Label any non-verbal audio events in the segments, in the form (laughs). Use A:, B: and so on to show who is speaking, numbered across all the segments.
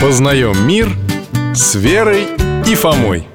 A: Познаем мир с Верой и Фомой.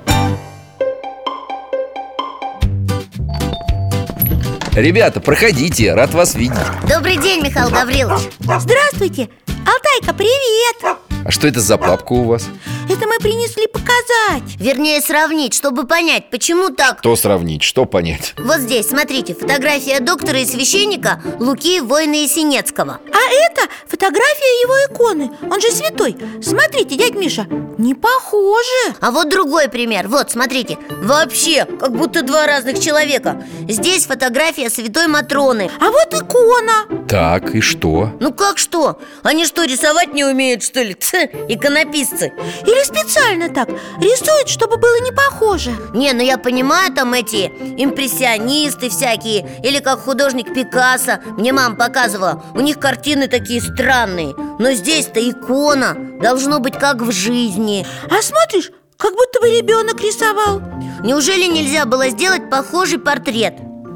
B: Ребята, проходите, рад вас видеть
C: Добрый день, Михаил Гаврилович
D: Здравствуйте! Алтайка, привет!
B: А что это за папка у вас?
D: Это мы принесли показать
C: Вернее, сравнить, чтобы понять, почему так
B: Что сравнить, что понять?
C: Вот здесь, смотрите, фотография доктора и священника Луки, воина Есенецкого
D: А это фотография его иконы Он же святой Смотрите, дядь Миша, не похоже
C: А вот другой пример, вот, смотрите Вообще, как будто два разных человека Здесь фотография святой Матроны
D: А вот икона
B: Так, и что?
C: Ну как что? Они что, рисовать не умеют, что ли? (laughs) Ц, иконописцы
D: Или специально так Рисуют, чтобы было не похоже
C: Не, ну я понимаю, там эти импрессионисты всякие Или как художник Пикассо Мне мама показывала У них картины такие странные Но здесь-то икона Должно быть как в жизни
D: А смотришь, как будто бы ребенок рисовал
C: Неужели нельзя было сделать похожий портрет?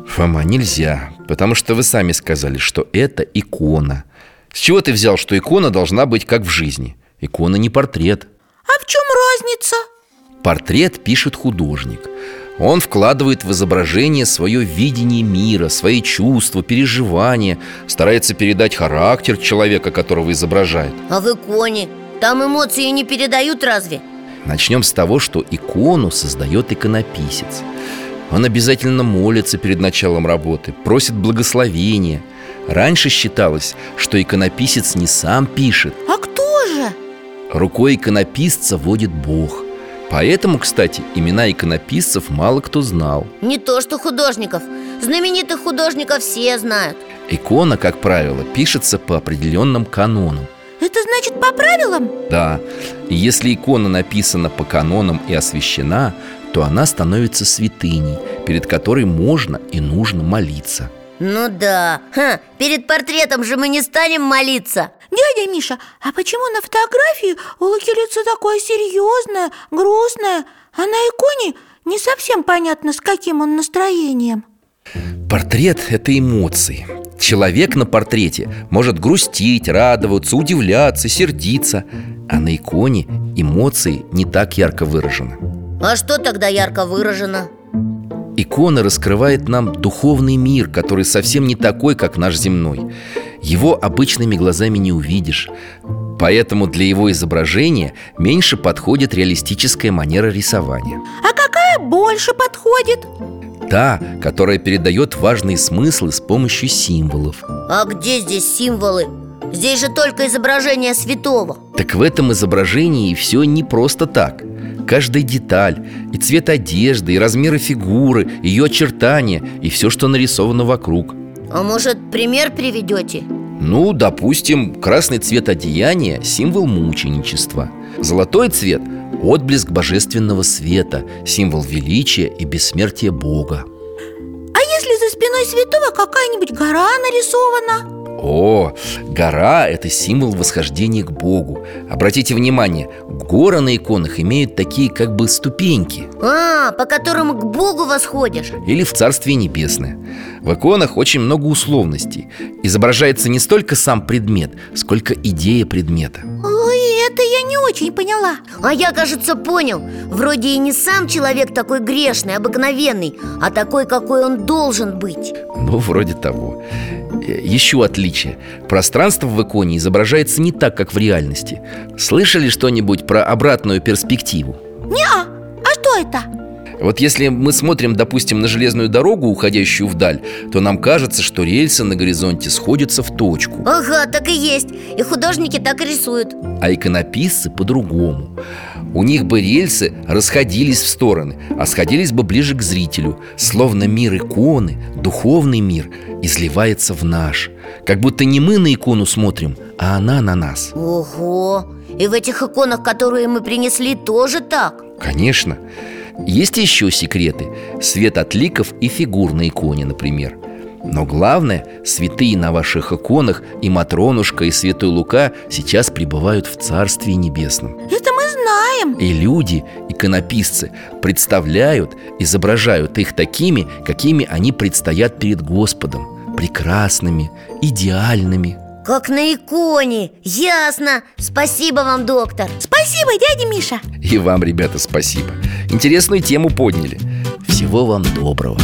B: Фома, нельзя, потому что вы сами сказали, что это икона С чего ты взял, что икона должна быть как в жизни? Икона не портрет
D: А в чем разница?
B: Портрет пишет художник Он вкладывает в изображение свое видение мира, свои чувства, переживания Старается передать характер человека, которого изображает
C: А в иконе? Там эмоции не передают разве?
B: Начнем с того, что икону создает иконописец. Он обязательно молится перед началом работы, просит благословения. Раньше считалось, что иконописец не сам пишет,
D: А кто же?
B: рукой иконописца водит Бог. Поэтому, кстати, имена иконописцев мало кто знал.
C: Не то что художников Знаменитых художников все знают
B: Икона, как правило, пишется по определенным канонам.
D: Это значит по правилам?
B: Да, и если икона написана по канонам и освящена, то она становится святыней, перед которой можно и нужно молиться.
C: Ну да, Ха, перед портретом же мы не станем молиться
D: Дядя Миша, а почему на фотографии у Луки лицо такое серьезное, грустное, а на иконе не совсем понятно, с каким он настроением?
B: Портрет – это эмоции. Человек на портрете может грустить, радоваться, удивляться, сердиться, а на иконе эмоции не так ярко выражены.
C: А что тогда ярко выражено?
B: Икона раскрывает нам духовный мир, который совсем не такой, как наш земной. Его обычными глазами не увидишь. Поэтому для его изображения меньше подходит реалистическая манера рисования.
D: А какая больше подходит?
B: Та, которая передает важные смыслы с помощью символов.
C: А где здесь символы? Здесь же только изображение святого
B: Так в этом изображении все не просто так. Каждая деталь, и цвет одежды, и размеры фигуры, ее очертания, и все, что нарисовано вокруг.
C: А может, пример приведете?
B: Ну, допустим, красный цвет одеяния – символ мученичества. Золотой цвет – отблеск божественного света, символ величия и бессмертия Бога.
D: А если за спиной святого какая-нибудь гора нарисована?
B: О, гора – это символ восхождения к Богу. Обратите внимание, горы на иконах имеют такие как бы ступеньки –
C: А, по которому к Богу восходишь
B: или в Царствие Небесное. В иконах очень много условностей. Изображается не столько сам предмет, сколько идея предмета.
D: Ой, это я не очень поняла
C: А я, кажется, понял Вроде и не сам человек такой грешный, обыкновенный А такой, какой он должен быть
B: Ну, вроде того. Э, Еще отличие. Пространство в иконе изображается не так, как в реальности. Слышали что-нибудь про обратную перспективу?
D: Неа, а что это?
B: Вот если мы смотрим, допустим, на железную дорогу, уходящую вдаль, то нам кажется, что рельсы на горизонте сходятся в точку.
C: Ага, так и есть И художники так и рисуют
B: а иконописцы по-другому. У них бы рельсы расходились в стороны, а сходились бы ближе к зрителю, словно мир иконы, духовный мир, изливается в наш. Как будто не мы на икону смотрим, а она на нас.
C: Ого, и в этих иконах, которые мы принесли, тоже так
B: Конечно. Есть еще секреты. Свет от ликов и фигур на иконе, например. Но главное, святые на ваших иконах и Матронушка, и Святой Лука сейчас пребывают в Царстве Небесном.
D: Это мы знаем
B: И люди, иконописцы, представляют, изображают их такими, какими они предстоят перед Господом Прекрасными, идеальными
C: Как на иконе, ясно Спасибо вам, доктор
D: Спасибо, дядя Миша
B: И вам, ребята, спасибо Интересную тему подняли Всего вам доброго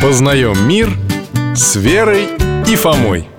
A: Познаем мир с Верой и Фомой